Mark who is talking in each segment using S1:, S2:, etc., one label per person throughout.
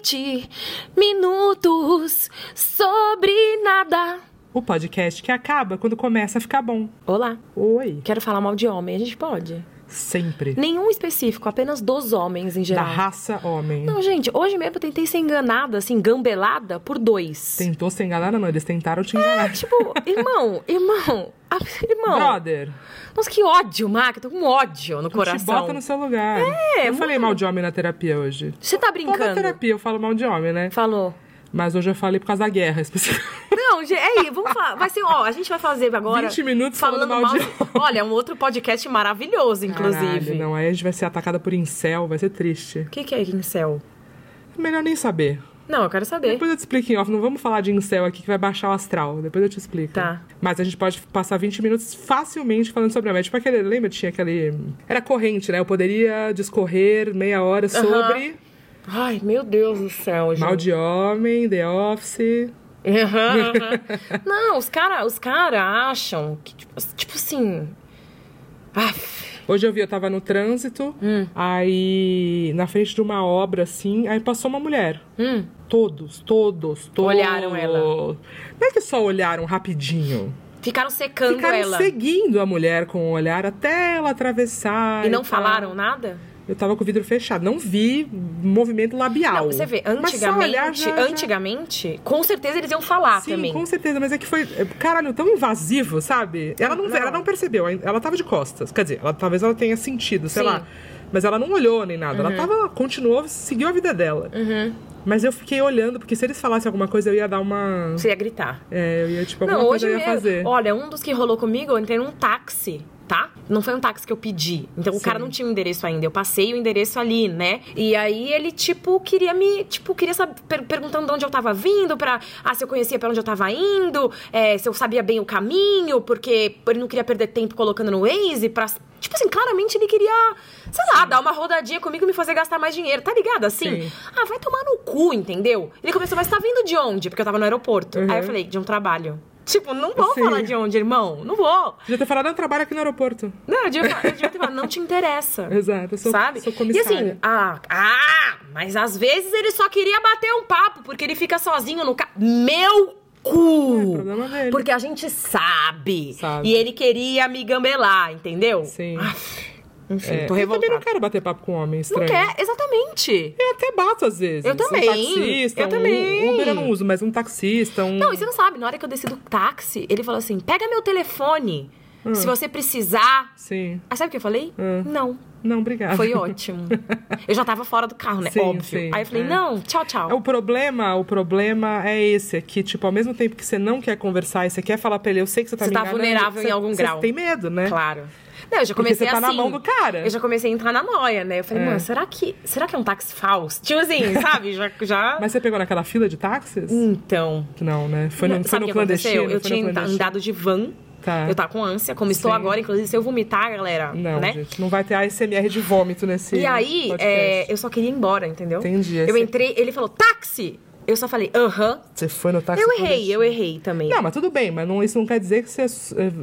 S1: discutir minutos sobre nada.
S2: O podcast que acaba quando começa a ficar bom.
S1: Olá,
S2: Oi.
S1: quero falar mal de homem, a gente pode?
S2: Sempre.
S1: Nenhum específico, apenas dos homens em
S2: Da
S1: geral.
S2: raça homem.
S1: Não, gente, hoje mesmo eu tentei ser enganada, assim, gambelada por dois.
S2: Tentou se enganar? Não, eles tentaram te enganar.
S1: Tipo, irmão, irmão, ah, irmão.
S2: Brother,
S1: Nossa, que ódio, Mac, eu tô com ódio no
S2: te
S1: coração.
S2: bota no seu lugar. eu falei mal de homem na terapia hoje.
S1: Você tá
S2: Toda
S1: brincando?
S2: terapia eu falo mal de homem, né?
S1: Falou.
S2: Mas hoje eu falei por causa da guerra, especificamente.
S1: Não, gente, é aí, vamos falar. Vai ser, ó, a gente vai fazer agora.
S2: 20 minutos falando mal de
S1: Olha, é um outro podcast maravilhoso, inclusive.
S2: Caralho, não, aí a gente vai ser atacada por incel, vai ser triste. É
S1: O que, que é incel?
S2: Melhor nem saber.
S1: Não, eu quero saber.
S2: Depois eu te explico em off. Não vamos falar de incel aqui que vai baixar o astral. Depois eu te explico.
S1: Tá.
S2: Mas a gente pode passar 20 minutos facilmente falando sobre a média. Tipo aquele, lembra? Tinha aquele... Era corrente, né? Eu poderia discorrer meia hora sobre...
S1: Ai, meu Deus do céu, gente.
S2: Mal de homem, The Office...
S1: Aham, aham. Não, os caras os cara acham que, tipo, tipo assim. ah, Aff.
S2: Hoje eu vi, eu tava no trânsito,
S1: Hum.
S2: aí na frente de uma obra assim, aí passou uma mulher.
S1: Hum.
S2: Todos, todos, todos.
S1: Olharam ela.
S2: Não é que só olharam rapidinho.
S1: Ficaram secando
S2: Ficaram
S1: ela.
S2: seguindo a mulher com o olhar até ela atravessar.
S1: E não
S2: tal.
S1: falaram nada?
S2: Eu tava com o vidro fechado, não vi movimento
S1: Não,
S2: labial.
S1: você vê,
S2: Mas só olhar
S1: antigamente,
S2: já- já-
S1: antigamente, com certeza eles iam falar
S2: Sim,
S1: também.
S2: com certeza, mas é que foi, é, caralho, tão invasivo, sabe? Ela não,
S1: Não.
S2: ela não percebeu, ela tava de costas. Quer dizer, ela- talvez ela tenha sentido, sei
S1: Sim. Uhum.
S2: lá. Mas ela não olhou nem nada. Ela tava, continuou, seguiu a vida dela. Mas eu fiquei olhando, porque se eles falassem alguma coisa, eu ia dar uma.
S1: Você ia gritar.
S2: É, eu ia, tipo, alguma
S1: Não,
S2: coisa
S1: hoje
S2: eu ia
S1: mesmo.
S2: fazer.
S1: Olha, um dos que rolou comigo, eu entrei num táxi. Tá? Não foi um táxi que eu pedi. Então o
S2: Sim.
S1: cara não tinha o endereço ainda. Eu passei o endereço ali, né? E aí ele, tipo, queria me. Tipo, queria saber. perguntando de onde eu tava vindo, pra. Ah, se eu conhecia pra onde eu tava indo, é, se eu sabia bem o caminho, porque ele não queria perder tempo colocando no Waze pra. Tipo assim, claramente ele queria, sei lá, dar uma rodadinha comigo e me fazer gastar mais dinheiro, tá ligado? Assim,
S2: Sim.
S1: ah, vai tomar no cu, entendeu? Ele começou, mas tá vindo de onde? Porque eu tava no aeroporto.
S2: Uhum.
S1: Aí eu falei, de um trabalho. Tipo, não vou
S2: Sim.
S1: falar de onde, irmão. Não vou.
S2: Podia ter falado, eu trabalho aqui no aeroporto.
S1: Não, eu devia, eu devia ter falado, não te interessa.
S2: Exato, eu sou,
S1: sabe?
S2: sou
S1: e
S2: comissária.
S1: assim, ah, ah, mas às vezes ele só queria bater um papo, porque ele fica sozinho no carro. Meu cu!
S2: É, problema dele.
S1: Porque a gente sabe.
S2: Sabe.
S1: E ele queria me gambelar, entendeu?
S2: Sim.
S1: Aff, enfim,
S2: É,
S1: tô
S2: eu também
S1: revoltada.
S2: não quero bater papo com homem
S1: Não
S2: estranho.
S1: quer, exatamente.
S2: Eu até bato às vezes.
S1: Eu
S2: Um
S1: também,
S2: taxista,
S1: eu
S2: um
S1: também.
S2: Uber eu não uso, mas um taxista, um.
S1: Não, e você não sabe, na hora que eu desci do táxi, ele falou assim: pega meu telefone.
S2: Hum.
S1: Se você precisar.
S2: Sim.
S1: Ah, sabe o que eu falei?
S2: Hum.
S1: Não.
S2: Não, obrigada.
S1: Foi ótimo. Eu já tava fora do carro, né?
S2: Sim,
S1: Óbvio.
S2: sim,
S1: Aí eu falei,
S2: é.
S1: não, tchau, tchau.
S2: O problema, o problema é esse, é que, tipo, ao mesmo tempo que você não quer conversar e você quer falar pra ele, eu sei que você tá
S1: Você
S2: me
S1: tá
S2: enganando,
S1: vulnerável
S2: você-
S1: em algum
S2: você
S1: grau.
S2: tem medo, né?
S1: Claro. Não, eu já
S2: Porque
S1: comecei
S2: você tá na
S1: assim.
S2: mão do cara. É.
S1: Eu já comecei a entrar na noia, né? Eu falei, mano, será que, será que é um táxi falso? Tipo assim, sabe? Já. já...
S2: Mas você pegou naquela fila de táxis?
S1: Então.
S2: Não, né? Foi no, foi
S1: sabe
S2: no
S1: o que
S2: clandestino.
S1: aconteceu? Eu
S2: foi
S1: tinha
S2: no
S1: anda-
S2: clandestino.
S1: andado de van.
S2: Tá.
S1: Eu tava com ânsia, como estou
S2: Sim.
S1: agora, inclusive, se eu vomitar, galera.
S2: Não,
S1: né?
S2: gente, não vai ter ASMR de vômito nesse.
S1: E aí,
S2: podcast.
S1: é, eu só queria ir embora, entendeu?
S2: Entendi,
S1: Eu
S2: esse-
S1: entrei, ele falou, táxi! Eu só falei, aham.
S2: Você foi no táxi.
S1: Eu errei,
S2: clandestino.
S1: eu errei também.
S2: Não, mas tudo bem, mas não- isso não quer dizer que você é,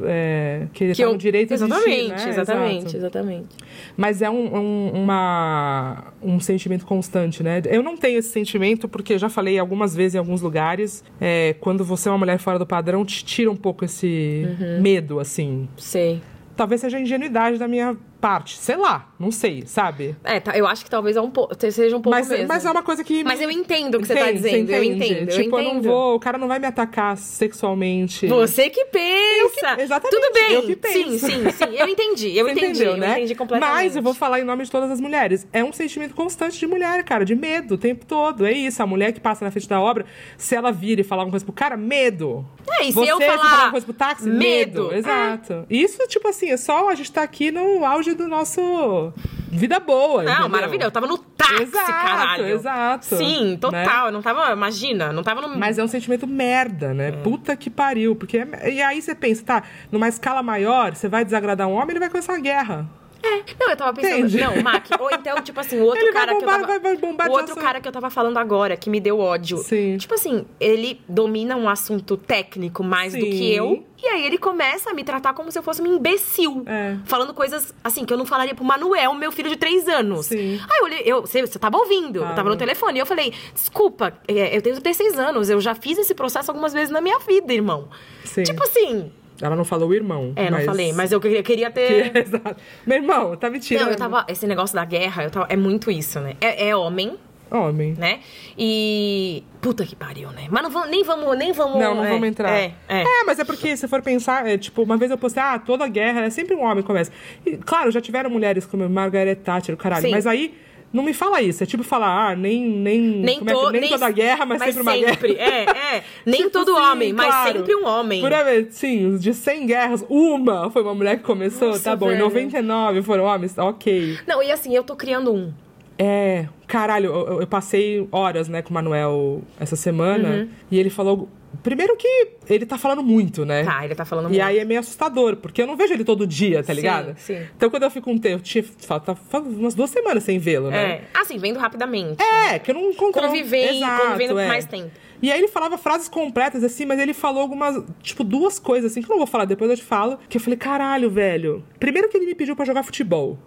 S2: é, que ele tá no direito de
S1: Exatamente,
S2: existir, né?
S1: exatamente,
S2: Exato.
S1: exatamente.
S2: Mas é um, um, uma- um sentimento constante, né? Eu não tenho esse sentimento porque já falei algumas vezes em alguns lugares. é, quando você é uma mulher fora do padrão, te tira um pouco esse
S1: Uhum.
S2: medo, assim.
S1: Sei.
S2: Talvez seja a ingenuidade da minha parte. Sei lá, não sei, sabe?
S1: É, tá, eu acho que talvez é um pouco, seja um pouco
S2: Mas,
S1: mesmo.
S2: mas é uma coisa que.
S1: Mas eu entendo o que você tá
S2: Entende?
S1: dizendo, eu
S2: entende?
S1: entendo, eu
S2: Tipo, eu, não
S1: entendo.
S2: vou. O cara não vai me atacar sexualmente.
S1: Você que pensa.
S2: que- exatamente,
S1: Tudo bem.
S2: eu que penso.
S1: Sim, sim, sim. Eu entendi. Eu
S2: Você
S1: entendi.
S2: entendeu,
S1: eu
S2: né?
S1: entendi completamente.
S2: Mas eu vou falar em nome de todas as mulheres. É um sentimento constante de mulher, cara, de medo o tempo todo. É isso. A mulher que passa na frente da obra, se ela vir e falar alguma coisa pro cara, medo.
S1: É, e se
S2: Você,
S1: eu
S2: se
S1: falar
S2: uma coisa pro táxi,
S1: medo,
S2: medo.
S1: é.
S2: Exato. Isso, tipo assim, é só a gente tá aqui no auge do nosso vida
S1: Não,
S2: boa. entendeu?
S1: Ah, maravilhoso. Eu tava no táxi,
S2: Exato,
S1: caralho.
S2: exato, Né?
S1: Sim, total. Eu não tava, imagina, não tava no.
S2: Mas é um sentimento merda, né? Puta que é pariu. Porque é- E aí você pensa, tá, numa escala maior, você vai desagradar um homem, ele vai começar uma guerra.
S1: É. Não, eu tava pensando.
S2: Entende?
S1: Não, Mac. Ou então, tipo assim, o outro
S2: Ele vai
S1: cara
S2: bombar,
S1: que eu tava.
S2: vai- vai bombar
S1: o
S2: de
S1: outro
S2: assunto.
S1: cara que eu tava falando agora, que me deu ódio.
S2: Sim.
S1: Tipo assim, ele domina um assunto técnico mais do
S2: Sim.
S1: que eu. E aí ele começa a me tratar como se eu fosse um imbecil.
S2: É.
S1: Falando coisas assim que eu não falaria pro Manuel, meu filho de três anos.
S2: Sim.
S1: Aí eu olhei, eu, você, você tava ouvindo, eu tava
S2: Tava.
S1: no telefone. E eu falei, desculpa, é, eu tenho 36 anos, eu já fiz esse processo algumas vezes na minha vida, irmão.
S2: Sim.
S1: Tipo assim,
S2: Ela não falou o irmão.
S1: é, não
S2: mas-
S1: falei, mas eu, queria- queria ter.
S2: Exato. Meu irmão, tá mentindo.
S1: Não, eu tava. Esse negócio da guerra, eu tava, é muito isso, né? É, é homem,
S2: Homem.
S1: né? E. Puta que pariu, né? Mas não vamos, nem vamos, nem vamos.
S2: Não, não
S1: é,
S2: vamos entrar.
S1: É, é.
S2: mas é porque, se for pensar, é, tipo, uma vez eu postei, ah, toda guerra, é sempre um homem que começa. E, claro, já tiveram mulheres como Margaret Thatcher, o caralho,
S1: Sim.
S2: mas aí não me fala isso. É tipo falar, ah, nem. Nem,
S1: Nem,
S2: como é que-
S1: to-
S2: nem toda guerra, mas, sempre uma guerra.
S1: É, é. Nem
S2: Tipo,
S1: todo
S2: sim,
S1: homem, mas
S2: claro.
S1: sempre um homem.
S2: Por haver, sim, de 100 guerras, uma foi uma mulher que começou,
S1: Nossa,
S2: tá bom. E
S1: velho.
S2: 99 foram homens, ok.
S1: Não, e assim, eu tô criando um.
S2: É, caralho, eu, eu- eu passei horas, né, com o Manuel essa semana.
S1: Uhum.
S2: E ele falou. Primeiro que ele tá falando muito, né?
S1: Tá, ele tá falando
S2: E
S1: muito.
S2: aí é meio assustador, porque eu não vejo ele todo dia, tá
S1: Sim,
S2: ligado?
S1: sim.
S2: Então quando eu fico um tempo, eu tinha, fa- tá- fa- umas duas semanas sem vê-lo, né?
S1: É. Assim, vendo rapidamente.
S2: É, que eu não encontro.
S1: Convivei-
S2: Exato,
S1: convivendo por
S2: é.
S1: mais tempo.
S2: E aí ele falava frases completas, assim, mas ele falou algumas, tipo, duas coisas, assim, que eu não vou falar, depois eu te falo. Que eu falei, caralho, velho. Primeiro que ele me pediu pra jogar futebol.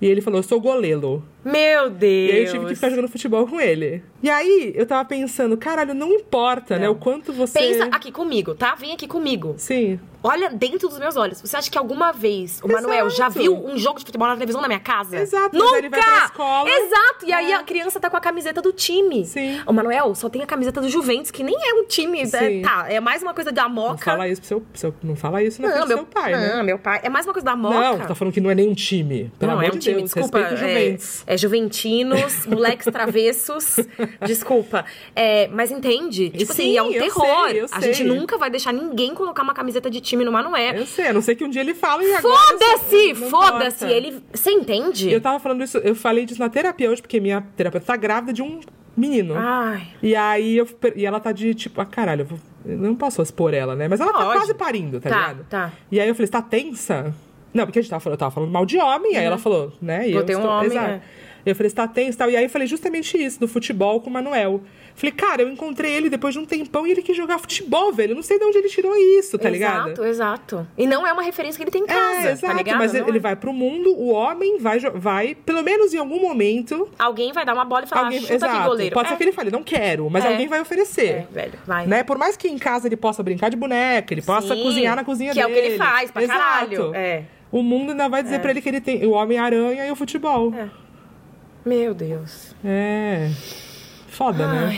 S2: E ele falou, eu sou goleiro.
S1: Meu Deus.
S2: E aí eu tive que ficar jogando futebol com ele. E aí eu tava pensando, caralho, não importa, né?
S1: Não.
S2: O quanto você.
S1: Pensa aqui comigo, tá? Vem aqui comigo.
S2: Sim.
S1: Olha dentro dos meus olhos. Você acha que alguma vez o
S2: Exato.
S1: Manuel já viu um jogo de futebol na televisão na minha casa?
S2: Exato, mas
S1: Nunca!
S2: aí ele vai pra escola.
S1: Exato! E aí
S2: É.
S1: a criança tá com a camiseta do time.
S2: Sim.
S1: O Manuel só tem a camiseta do Juventus, que nem é um time. né?
S2: Sim.
S1: tá, é mais uma coisa da
S2: Não
S1: Moca.
S2: fala isso pro seu, pro seu- Não fala isso na frente
S1: não,
S2: do
S1: meu,
S2: seu pai,
S1: não,
S2: né?
S1: meu pai. É mais uma coisa da Moca.
S2: Não, tu tá falando que não é nenhum time. Pelo
S1: Não,
S2: amor
S1: é um
S2: de
S1: time,
S2: Deus,
S1: desculpa.
S2: respeita o
S1: é,
S2: Juventus.
S1: é juventinos, moleques travessos. desculpa. É, mas entende? Tipo assim,
S2: Sim,
S1: é um
S2: eu
S1: terror.
S2: sei, eu
S1: a
S2: sei.
S1: gente nunca vai deixar ninguém colocar uma camiseta de time no Manuel.
S2: Eu sei, a não ser que um dia ele fala e agora...
S1: É. Foda-se!
S2: não
S1: Foda-se!
S2: importa.
S1: Ele. Você entende?
S2: Eu tava falando isso, eu falei disso na terapia hoje, porque minha terapeuta tá grávida de um menino.
S1: Ah. Ai.
S2: E aí eu. E ela tá de tipo, ah, caralho, eu vou- eu não posso expor ela, né? Mas ela tá
S1: Pode.
S2: quase parindo, tá,
S1: Tá,
S2: ligado?
S1: tá.
S2: E aí eu falei, você tá tensa? Não, porque a gente tava falando, eu tava falando mal de homem, aí ela falou, né? E
S1: Uhum. Botei um homem, né?
S2: Eu falei, você tá tensa e tal. E aí eu falei justamente isso, do futebol com o Manuel. Falei, cara, eu encontrei ele depois de um tempão e ele quis jogar futebol, velho. Eu não sei de onde ele tirou isso, tá ligado?
S1: Exato, exato. E não é uma referência que ele tem em casa,
S2: É, exato,
S1: tá ligado?
S2: mas ele,
S1: Não
S2: ele
S1: é.
S2: vai pro mundo, o homem vai, jo- vai pelo menos em algum momento.
S1: Alguém vai dar uma bola e falar,
S2: alguém,
S1: chuta aqui, goleiro.
S2: Pode
S1: é,
S2: ser que ele fale, não quero, mas
S1: É.
S2: alguém vai oferecer.
S1: é, velho, vai.
S2: Né? Por mais que em casa ele possa brincar de boneca, ele possa
S1: Sim,
S2: cozinhar na cozinha
S1: que é o
S2: dele.
S1: que ele faz pra
S2: Exato.
S1: caralho, é.
S2: O mundo ainda vai dizer pra ele que ele tem o Homem-Aranha e o futebol.
S1: É. Meu Deus.
S2: É. Foda, né?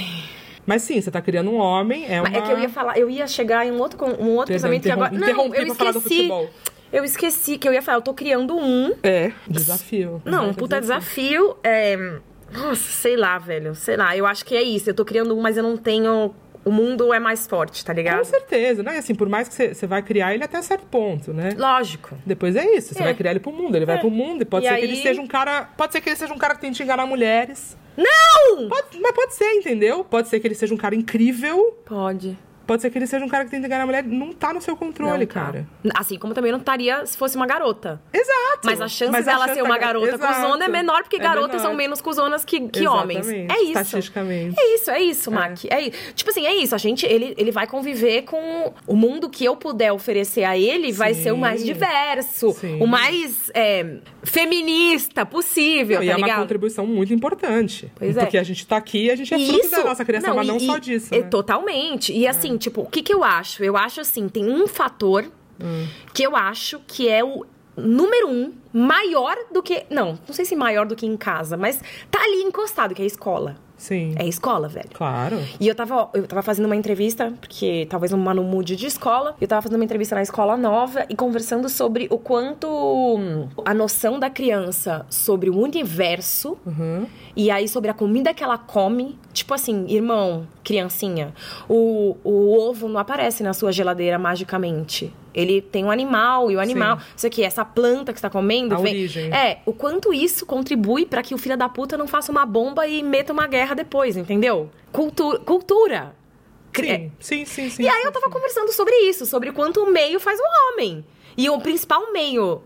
S2: Mas sim, você tá criando um homem, é uma...
S1: Mas É que eu ia falar, eu ia chegar em um outro, con- um outro
S2: Perdão,
S1: pensamento que
S2: interrom-
S1: agora. Não,
S2: interrompi
S1: eu
S2: pra
S1: esqueci.
S2: falar do futebol.
S1: Eu esqueci que eu ia falar, eu tô criando um.
S2: É, desafio.
S1: Não, um puta desafio. É... Nossa, sei lá, velho. Sei lá, eu acho que é isso. Eu tô criando um, mas eu não tenho. O mundo é mais forte, tá
S2: Com
S1: ligado?
S2: certeza, né? E Assim, por mais que você, você vai criar ele até certo ponto, né?
S1: Lógico.
S2: Depois é isso, você
S1: É.
S2: vai criar ele pro mundo, ele vai pro mundo e pode
S1: E
S2: ser
S1: aí-
S2: que ele seja um cara, pode ser que ele seja um cara que tente enganar mulheres.
S1: Não!
S2: Pode- mas pode ser, entendeu? Pode ser que ele seja um cara incrível,
S1: Pode.
S2: pode ser que ele seja um cara que tente enganar mulher, não tá no seu controle,
S1: Não tá.
S2: cara.
S1: Assim como também não estaria se fosse uma garota.
S2: Exato.
S1: Mas a chance
S2: Mas a
S1: dela
S2: chance
S1: ser uma
S2: da gar-
S1: garota
S2: Exato.
S1: cuzona é menor, porque
S2: É
S1: garotas
S2: menor.
S1: são menos cuzonas que, que
S2: Exatamente,
S1: homens. É isso.
S2: estatisticamente.
S1: É isso, é isso, Mac. É. isso. Tipo assim, é isso. A gente, ele, ele vai conviver com o mundo que eu puder oferecer a ele, vai
S2: Sim.
S1: ser o mais diverso,
S2: Sim.
S1: o mais é, feminista possível,
S2: Não, e
S1: tá
S2: é uma
S1: ligado?
S2: contribuição muito importante.
S1: Pois é.
S2: porque a gente tá aqui e a gente é
S1: E
S2: fruto da nossa criação, mas
S1: e-
S2: não só
S1: e-
S2: disso.
S1: e
S2: né?
S1: Totalmente. E assim, tipo, o que que eu acho? Eu acho assim, tem um fator
S2: Hum.
S1: que eu acho que é o número um, maior do que. Não, não sei se maior do que em casa, mas tá ali encostado, que é a escola.
S2: Sim.
S1: É a escola, velho.
S2: Claro.
S1: E eu tava, eu tava fazendo uma entrevista, porque talvez o Manu mude de escola. Eu tava fazendo uma entrevista na escola nova e conversando sobre o quanto hum, a noção da criança sobre o universo
S2: Uhum.
S1: e aí sobre a comida que ela come. Tipo assim, irmão, criancinha, o, o ovo não aparece na sua geladeira magicamente. Ele tem um animal e o animal. Isso aqui, essa planta que você tá comendo.
S2: A
S1: vem-
S2: origem.
S1: É, o quanto isso contribui pra que o filho da puta não faça uma bomba e meta uma guerra depois, entendeu? Cultu cultura. Cri- é.
S2: Sim, sim, sim, sim.
S1: E aí eu
S2: sim,
S1: tava
S2: sim.
S1: conversando sobre isso, sobre o quanto o meio faz o homem. E o principal meio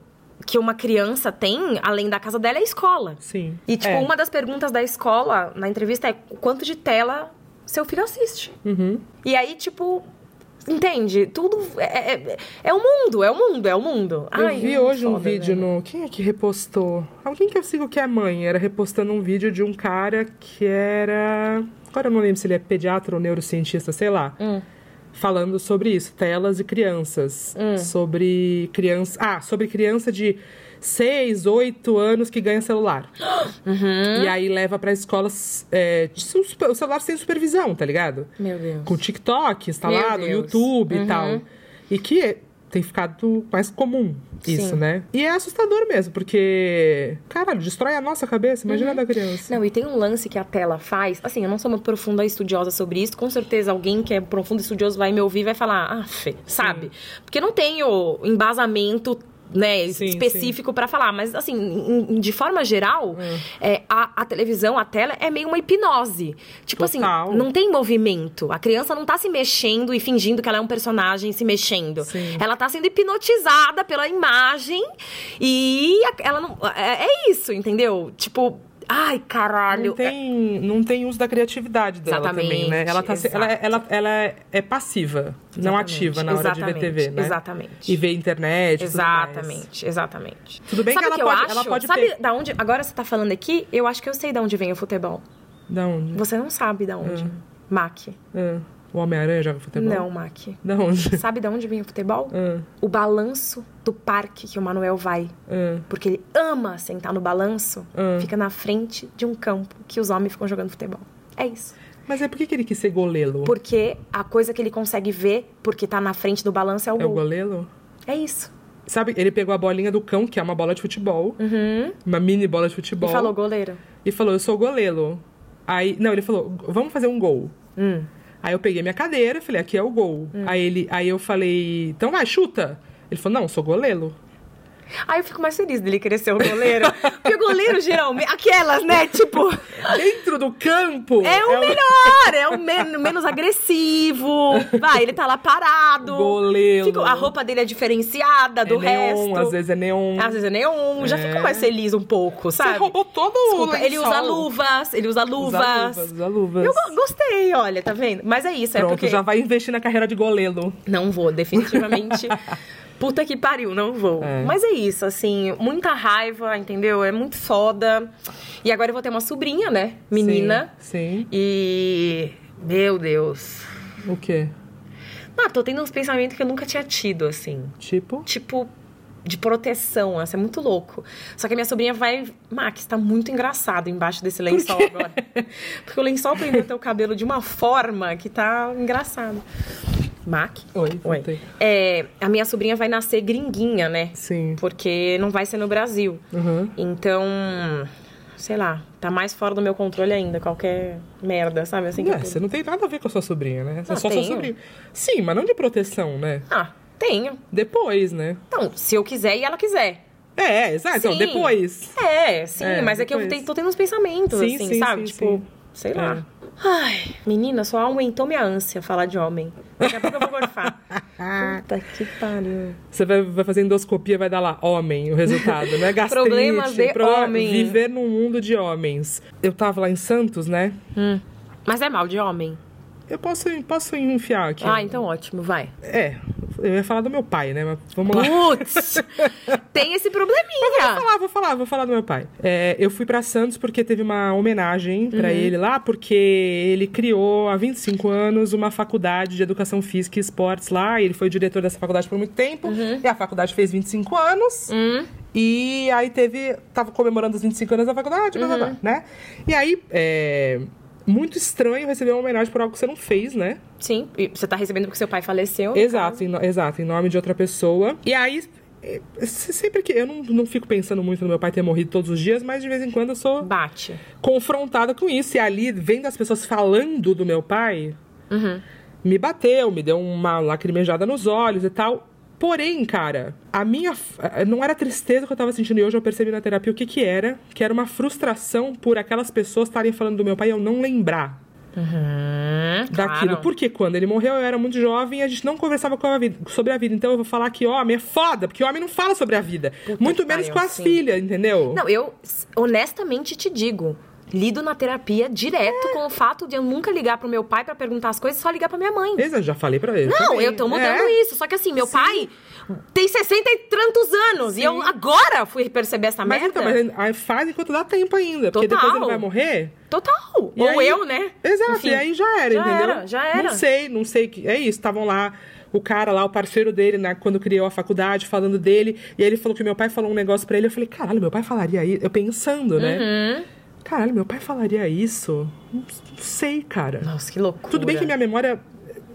S1: que uma criança tem, além da casa dela, é a escola.
S2: Sim.
S1: E, tipo,
S2: É.
S1: uma das perguntas da escola na entrevista é quanto de tela seu filho assiste.
S2: Uhum.
S1: E aí, tipo, entende? Tudo é, é, é o mundo, é o mundo, é o mundo.
S2: Eu
S1: Ai,
S2: vi
S1: é muito
S2: hoje um
S1: foda,
S2: vídeo
S1: velho.
S2: no. Quem é que repostou? Alguém que eu sigo que é mãe. Era repostando um vídeo de um cara que era. Agora eu não lembro se ele é pediatra ou neurocientista, sei lá.
S1: Hum.
S2: Falando sobre isso, telas e crianças.
S1: Hum.
S2: Sobre criança. Ah, sobre criança de 6, 8 anos que ganha celular.
S1: Uhum.
S2: E aí leva pra escola é, de su- o celular sem supervisão, tá ligado?
S1: Meu Deus.
S2: com TikTok instalado,
S1: Meu Deus.
S2: YouTube
S1: Uhum.
S2: e tal. E que é- tem ficado mais comum isso,
S1: Sim.
S2: né? E é assustador mesmo, porque, caralho, destrói a nossa cabeça,
S1: Uhum.
S2: imagina a da criança.
S1: Não, e tem um lance que a tela faz. Assim, eu não sou uma profunda estudiosa sobre isso. Com certeza alguém que é profundo estudioso vai me ouvir e vai falar, ah, Fê, sabe? Porque eu não tenho embasamento. Né,
S2: Sim,
S1: específico pra falar, mas assim, em- em- de forma geral,
S2: Hum.
S1: é, a, a televisão, a tela é meio uma hipnose. Tipo
S2: Total.
S1: assim, não tem movimento. A criança não tá se mexendo e fingindo que ela é um personagem se mexendo.
S2: Sim.
S1: Ela tá sendo hipnotizada pela imagem e a- ela não. É, é isso, entendeu? Tipo, ai, caralho. é
S2: Não tem, não tem uso da criatividade dela também, né?
S1: Exatamente,
S2: Ela, tá, se- ela, ela, ela é passiva, não
S1: Exatamente,
S2: ativa na hora de ver
S1: exatamente,
S2: TV, né?
S1: Exatamente.
S2: E ver internet, e tudo mais.
S1: Exatamente, exatamente.
S2: Tudo bem
S1: Sabe
S2: que
S1: o
S2: ela
S1: que eu
S2: pode-
S1: acho?
S2: ela pode
S1: Sabe
S2: pe-
S1: da onde. Agora você tá falando aqui, eu acho que eu sei da onde vem o futebol.
S2: Da onde?
S1: Você não sabe da onde.
S2: Hum.
S1: Mac.
S2: Ah, o Homem-Aranha joga futebol?
S1: Não, Mac.
S2: Da onde?
S1: Sabe da onde vem o futebol?
S2: Ah,
S1: O balanço do parque que o Manuel vai.
S2: ah,
S1: Porque ele ama sentar no balanço,
S2: Ah.
S1: fica na frente de um campo que os homens ficam jogando futebol. É isso.
S2: Mas é por que, que ele quis ser goleiro?
S1: Porque a coisa que ele consegue ver, porque tá na frente do balanço, é o
S2: É o
S1: gol.
S2: goleiro?
S1: É isso.
S2: Sabe, ele pegou a bolinha do cão, que é uma bola de futebol. Uma mini bola de futebol.
S1: Uhum. E falou goleiro.
S2: e falou, eu sou goleiro. Aí, não, ele falou, vamos fazer um gol.
S1: Hum.
S2: Aí eu peguei minha cadeira e falei, aqui é o gol. Aí, ele, aí eu falei, então vai, chuta. Ele falou, não, eu sou goleiro.
S1: Aí eu fico mais feliz dele querer ser o goleiro. porque o goleiro geralmente. Aquelas, né? Tipo.
S2: Dentro do campo!
S1: É o melhor, é o men- menos agressivo. Vai, ele tá lá parado.
S2: Goleiro.
S1: Fica- a roupa dele é diferenciada do
S2: é neon,
S1: resto.
S2: às vezes é neon.
S1: Às vezes é neon. Já
S2: É.
S1: fico mais feliz um pouco,
S2: Você
S1: sabe?
S2: roubou todo o
S1: Desculpa,
S2: lençol.
S1: ele usa luvas, ele usa
S2: Usa
S1: luvas.
S2: luvas. Usa luvas.
S1: Eu go- gostei, olha, tá vendo? Mas é isso, é
S2: Pronto,
S1: porque.
S2: já vai investir na carreira de goleiro.
S1: Não vou, definitivamente. Puta que pariu, não vou.
S2: É.
S1: Mas é isso, assim, muita raiva, entendeu? É muito foda. E agora eu vou ter uma sobrinha, né? Menina.
S2: Sim.
S1: E. Meu Deus.
S2: sim. O quê?
S1: Ah, tô tendo uns pensamentos que eu nunca tinha tido, assim.
S2: Tipo?
S1: Tipo, de proteção, assim, é muito louco. Só que a minha sobrinha vai. Max, tá muito engraçado embaixo desse lençol agora. Porque o lençol prendeu teu cabelo de uma forma que tá engraçado. Mac?
S2: Oi,
S1: Oi.
S2: voltei.
S1: É, a minha sobrinha vai nascer gringuinha, né?
S2: Sim.
S1: Porque não vai ser no Brasil.
S2: Uhum.
S1: Então, sei lá, tá mais fora do meu controle ainda, qualquer merda, sabe? Assim que
S2: Não,
S1: eu-
S2: É, você não tem nada a ver com a sua sobrinha, né? Você é
S1: Ah,
S2: só
S1: tenho.
S2: sua sobrinha. Sim, mas não de proteção, né?
S1: Ah, tenho.
S2: Depois, né?
S1: Então, se eu quiser e ela quiser.
S2: É, é exato. Então,
S1: Sim.
S2: depois.
S1: É, sim,
S2: É,
S1: mas é que eu
S2: depois.
S1: te- tô tendo uns pensamentos,
S2: Sim,
S1: assim,
S2: sim,
S1: sabe?
S2: sim,
S1: tipo,
S2: sim. É.
S1: sei lá. Ai, menina, só aumentou minha ânsia falar de homem. Daqui a pouco eu vou gorfar. Puta que pariu.
S2: Você vai, vai fazer endoscopia, vai dar lá homem o resultado, né? Gastrite.
S1: Problemas de homem.
S2: Viver num mundo de homens. Eu tava lá em Santos, né?
S1: Mas é mal de homem.
S2: Eu posso, posso enfiar aqui.
S1: Ah, então ótimo, vai.
S2: É, eu ia falar do meu pai, né? Mas vamos lá.
S1: Putz! tem esse
S2: Vou
S1: probleminha.
S2: falar, Ah vou falar, vou falar do meu pai. É, eu fui pra Santos porque teve uma homenagem pra ele lá, porque ele criou há 25 anos uma faculdade de educação física e esportes lá. e ele foi diretor dessa faculdade por muito tempo. E a faculdade fez 25 anos.
S1: Hum,
S2: E aí teve. Tava comemorando os 25 anos da faculdade, blá, blá, blá, né? E aí. É, muito estranho receber uma homenagem por algo que você não fez, né?
S1: Sim, e você tá recebendo porque seu pai faleceu. no
S2: Exato, em, no- exato, em nome de outra pessoa. E aí, eh, se- sempre que. Eu não, não fico pensando muito no meu pai ter morrido todos os dias, mas de vez em quando eu
S1: caso.
S2: sou
S1: Bate.
S2: confrontada com isso. E ali, vendo as pessoas falando do meu pai, me bateu, me deu uma lacrimejada nos olhos e tal. Porém, cara, a minha. f- eh, Não era tristeza que eu tava sentindo e hoje eu percebi na terapia o que que era. Que era uma frustração por aquelas pessoas estarem falando do meu pai e eu não lembrar. Hum,
S1: Uhum,
S2: daquilo.
S1: claro.
S2: Porque quando ele morreu, eu era muito jovem e a gente não conversava com a vida- sobre a vida. Então eu vou falar que homem é foda, porque homem não fala sobre a vida.
S1: Puta
S2: muito
S1: que
S2: menos
S1: pariu,
S2: com as
S1: sim.
S2: filhas, entendeu?
S1: Não, eu s- honestamente te digo. Lido na terapia direto
S2: É.
S1: com o fato de eu nunca ligar pro meu pai pra perguntar as coisas, só ligar pra minha mãe.
S2: Eles, eu já falei pra ele.
S1: Não,
S2: também.
S1: eu tô mudando
S2: É.
S1: isso. Só que assim, meu pai tem 60 e tantos anos. E eu agora fui perceber essa
S2: Mas
S1: merda.
S2: então, mas aí faz enquanto dá tempo ainda. Porque
S1: Total.
S2: depois ele vai morrer.
S1: Total.
S2: e
S1: Ou
S2: aí-
S1: eu, né?
S2: Exato,
S1: Enfim.
S2: e aí já era,
S1: Já
S2: entendeu?
S1: era, já era.
S2: Não sei, não sei. que É isso, estavam lá, o cara lá, o parceiro dele, né, quando criou a faculdade, falando dele. E aí ele falou que meu pai falou um negócio pra ele. Eu falei, caralho, meu pai falaria isso? Eu pensando,
S1: Uhum.
S2: né? Caralho, meu pai falaria isso? Não não sei, cara.
S1: Nossa, que loucura.
S2: Tudo bem que minha memória...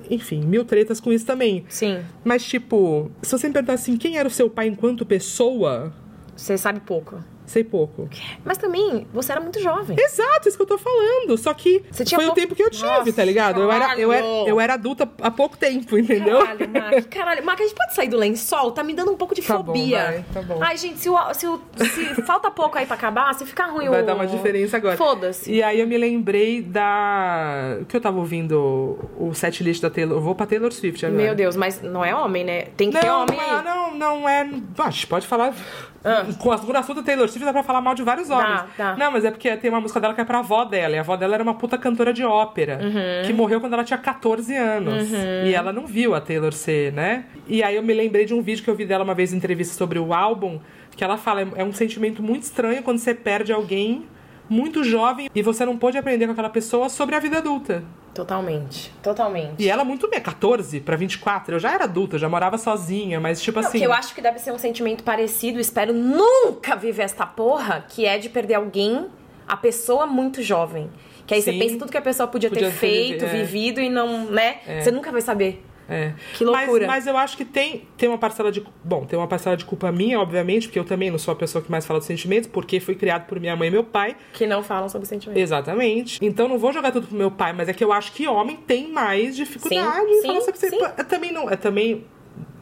S2: Enfim, mil tretas com isso também.
S1: Sim,
S2: Mas, tipo, se você me perguntar assim, quem era o seu pai enquanto pessoa?
S1: você sabe pouco.
S2: Sei pouco.
S1: Mas também, você era muito jovem.
S2: Exato, isso que eu tô falando. Só que
S1: Você tinha
S2: foi o
S1: pouco-
S2: tempo que eu tive,
S1: Nossa,
S2: tá ligado? Eu era, eu, era,
S1: caralho.
S2: eu era adulta há pouco tempo, entendeu?
S1: Caralho, Mac. Caralho, Mac, a gente pode sair do lençol? Tá me dando um pouco de
S2: Tá bom,
S1: fobia.
S2: vai, tá bom.
S1: Ai, gente, se, o, se, o- se falta pouco aí pra acabar, se ficar ruim
S2: Vai
S1: o...
S2: dar uma diferença agora.
S1: Foda-se.
S2: E aí eu me lembrei da. que eu tava ouvindo o set list da Taylor. Eu vou pra Taylor Swift agora.
S1: Meu Deus, mas não é homem, né? Tem que ter
S2: Não,
S1: homem
S2: não,
S1: aí.
S2: não, não é. Ah, a gente pode falar. Com a- com o assunto da Taylor Swift dá pra falar mal de vários homens.
S1: dá.
S2: Não, mas é porque tem uma música dela que é pra avó dela. E a avó dela era uma puta cantora de ópera.
S1: Uhum.
S2: Que morreu quando ela tinha 14 anos. E ela não viu a Taylor ser, né? E aí eu me lembrei de um vídeo que eu vi dela uma vez em entrevista sobre o álbum. Que ela fala: é um sentimento muito estranho quando você perde alguém muito jovem e você não pôde aprender com aquela pessoa sobre a vida adulta.
S1: Totalmente, totalmente.
S2: E ela muito bem, 14 pra 24. Eu já era adulta, eu já morava sozinha, mas tipo assim.
S1: Que eu acho que deve ser um sentimento parecido, espero nunca viver esta porra, que é de perder alguém, a pessoa muito jovem. Que aí você
S2: Sim.
S1: pensa tudo que a pessoa podia,
S2: Podia
S1: ter
S2: ter
S1: feito,
S2: vivi- é.
S1: vivido e não, né? Você nunca vai saber.
S2: É.
S1: Que loucura.
S2: Mas, mas eu acho que tem, tem uma parcela de. Bom, tem uma parcela de culpa minha, obviamente, porque eu também não sou a pessoa que mais fala dos sentimentos, porque fui criado por minha mãe e meu pai.
S1: Que não falam sobre sentimento.
S2: Exatamente. Então não vou jogar tudo pro meu pai, mas é que eu acho que homem tem mais dificuldade
S1: Sim,
S2: em falar
S1: sim,
S2: sobre
S1: sim.
S2: Eu também não. Eu também.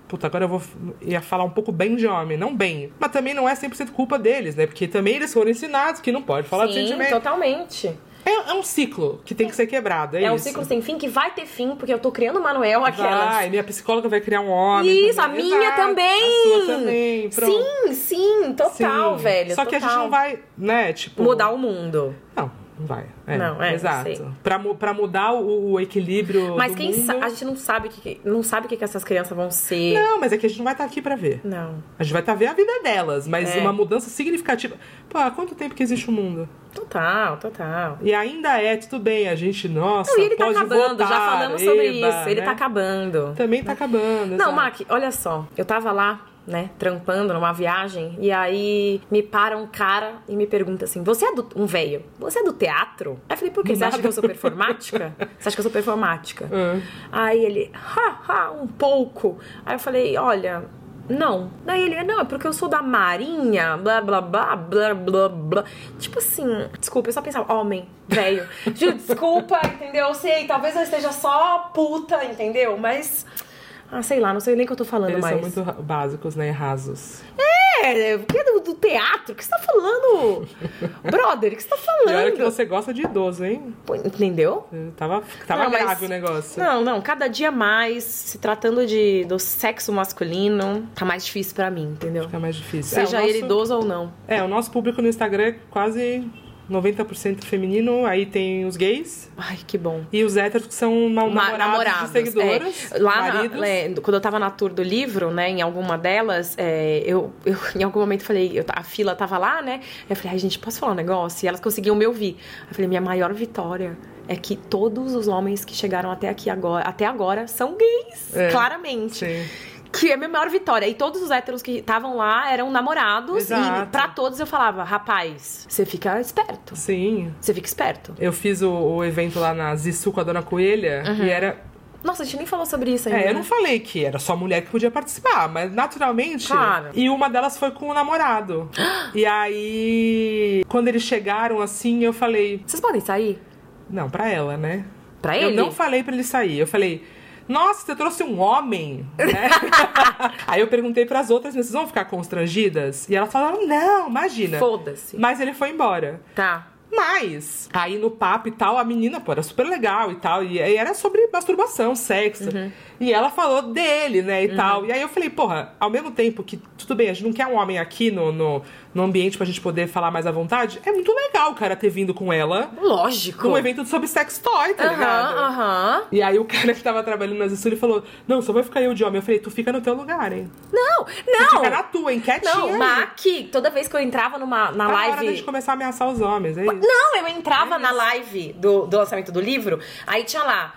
S2: Puta, agora eu vou. ia falar um pouco bem de homem, não bem. Mas também não é 100% culpa deles, né? Porque também eles foram ensinados que não pode falar de
S1: Sim, então
S2: sentimento.
S1: totalmente.
S2: É, é um ciclo que tem que ser quebrado, é,
S1: É,
S2: isso.
S1: um ciclo sem fim que vai ter fim, porque eu tô criando o Manuel aquelas.
S2: Vai, minha psicóloga vai criar um homem.
S1: Isso, a
S2: também.
S1: minha
S2: Exato,
S1: também.
S2: A sua também. Pronto.
S1: sim, sim, total,
S2: Sim.
S1: velho.
S2: Só que a gente
S1: total.
S2: não vai, né, tipo...
S1: mudar o mundo.
S2: Não, não vai.
S1: Não, é,
S2: Exato.
S1: sei.
S2: Pra, mu- pra mudar o, o equilíbrio
S1: Mas
S2: do
S1: quem
S2: mundo...
S1: sa- a gente não sabe o que que- não sabe o que que essas crianças vão ser.
S2: Não, mas é que a gente não vai estar aqui pra ver.
S1: não.
S2: A gente vai estar vendo a vida delas, mas
S1: É.
S2: uma mudança significativa... Pô, há quanto tempo que existe o mundo?
S1: Total, total.
S2: E ainda é, tudo bem, a gente, nossa,
S1: Não, e ele tá
S2: pode
S1: acabando, já
S2: votar,
S1: falamos sobre
S2: eba,
S1: isso. Ele
S2: né?
S1: tá acabando.
S2: Também tá acabando,
S1: Não,
S2: exato.
S1: Mac, olha só. Eu tava lá, né, trampando numa viagem, e aí me para um cara e me pergunta assim: Você é do. Um velho, você é do teatro? Aí eu falei: Por quê? Você acha que eu sou performática? Você acha que eu sou performática?
S2: Ah.
S1: Aí ele, haha, um pouco. Aí eu falei, olha, não. Daí ele, não, é porque eu sou da Marinha, blá, blá, blá, blá, blá, blá. Tipo assim, desculpa, eu só pensava, homem, velho. Ju, desculpa, entendeu? Eu sei, talvez eu esteja só puta, entendeu? Mas, ah, sei lá, não sei nem o que eu tô falando
S2: Eles
S1: mais.
S2: são muito ra- básicos, né, e rasos.
S1: É, o que é do, do teatro? O que você tá falando? Brother, o que você tá
S2: E olha
S1: falando?
S2: é que você gosta de idoso, hein?
S1: Pô, Entendeu?
S2: Eu Tava, tava
S1: Não, mas-
S2: grave o negócio.
S1: Não, não, cada dia mais, se tratando de, do sexo masculino, tá mais difícil pra mim, entendeu?
S2: Fica mais difícil.
S1: Seja
S2: é, o nosso,
S1: ele idoso ou não.
S2: É, o nosso público no Instagram é quase 90% feminino. Aí tem os gays
S1: Ai, que bom.
S2: e os héteros que são na-
S1: Ma-
S2: namorados, de seguidoras,
S1: é. Lá, na-
S2: maridos.
S1: é, quando eu tava na tour do livro, né, em alguma delas, é, eu, eu em algum momento falei, eu ta- a fila tava lá, né? Eu falei, ai, gente, posso falar um negócio? E elas conseguiam me ouvir. Eu falei, minha maior vitória é que todos os homens que chegaram até aqui agora, até agora, são gays,
S2: É,
S1: claramente.
S2: Sim.
S1: Que é a minha maior vitória. E todos os héteros que estavam lá eram namorados. E
S2: Exato.
S1: pra todos eu falava, rapaz, você fica esperto.
S2: Sim.
S1: Você fica esperto.
S2: Eu fiz o, o evento lá na Zissu com a Dona Coelha e era...
S1: Nossa, a gente nem falou sobre isso ainda.
S2: É,
S1: né?
S2: eu não falei que era só mulher que podia participar, mas naturalmente.
S1: Claro.
S2: E uma delas foi com o namorado. E aí, quando eles chegaram assim, eu falei,
S1: Vocês podem sair?
S2: Não, pra ela, né?
S1: Pra
S2: eu
S1: ele?
S2: não falei pra ele sair. Eu falei, nossa, você trouxe um homem, né? Aí eu perguntei pras outras, vocês vão ficar constrangidas? E elas falaram, não, imagina.
S1: Foda-se.
S2: Mas ele foi embora.
S1: Tá.
S2: Mas, aí no papo e tal, a menina, pô, era super legal e tal. E, e era sobre masturbação, sexo.
S1: Uhum.
S2: E ela falou dele, né, e tal. E aí eu falei, porra, ao mesmo tempo que, tudo bem, a gente não quer um homem aqui no, no, no ambiente pra gente poder falar mais à vontade, é muito legal o cara ter vindo com ela
S1: Lógico.
S2: num um evento sobre sex toy, tá ligado?
S1: Aham, aham.
S2: E aí o cara que tava trabalhando nas estúdios falou: Não, só vai ficar eu de homem. Eu falei, tu fica no teu lugar, hein?
S1: Não,
S2: Tu fica
S1: não.
S2: na tua, hein? Quietinha.
S1: Não,
S2: aí.
S1: Mac, toda vez que eu entrava numa, na
S2: Tá na hora da
S1: live.
S2: gente começar a ameaçar os homens, é isso.
S1: Não, eu entrava na live do, do lançamento do livro, aí tinha lá.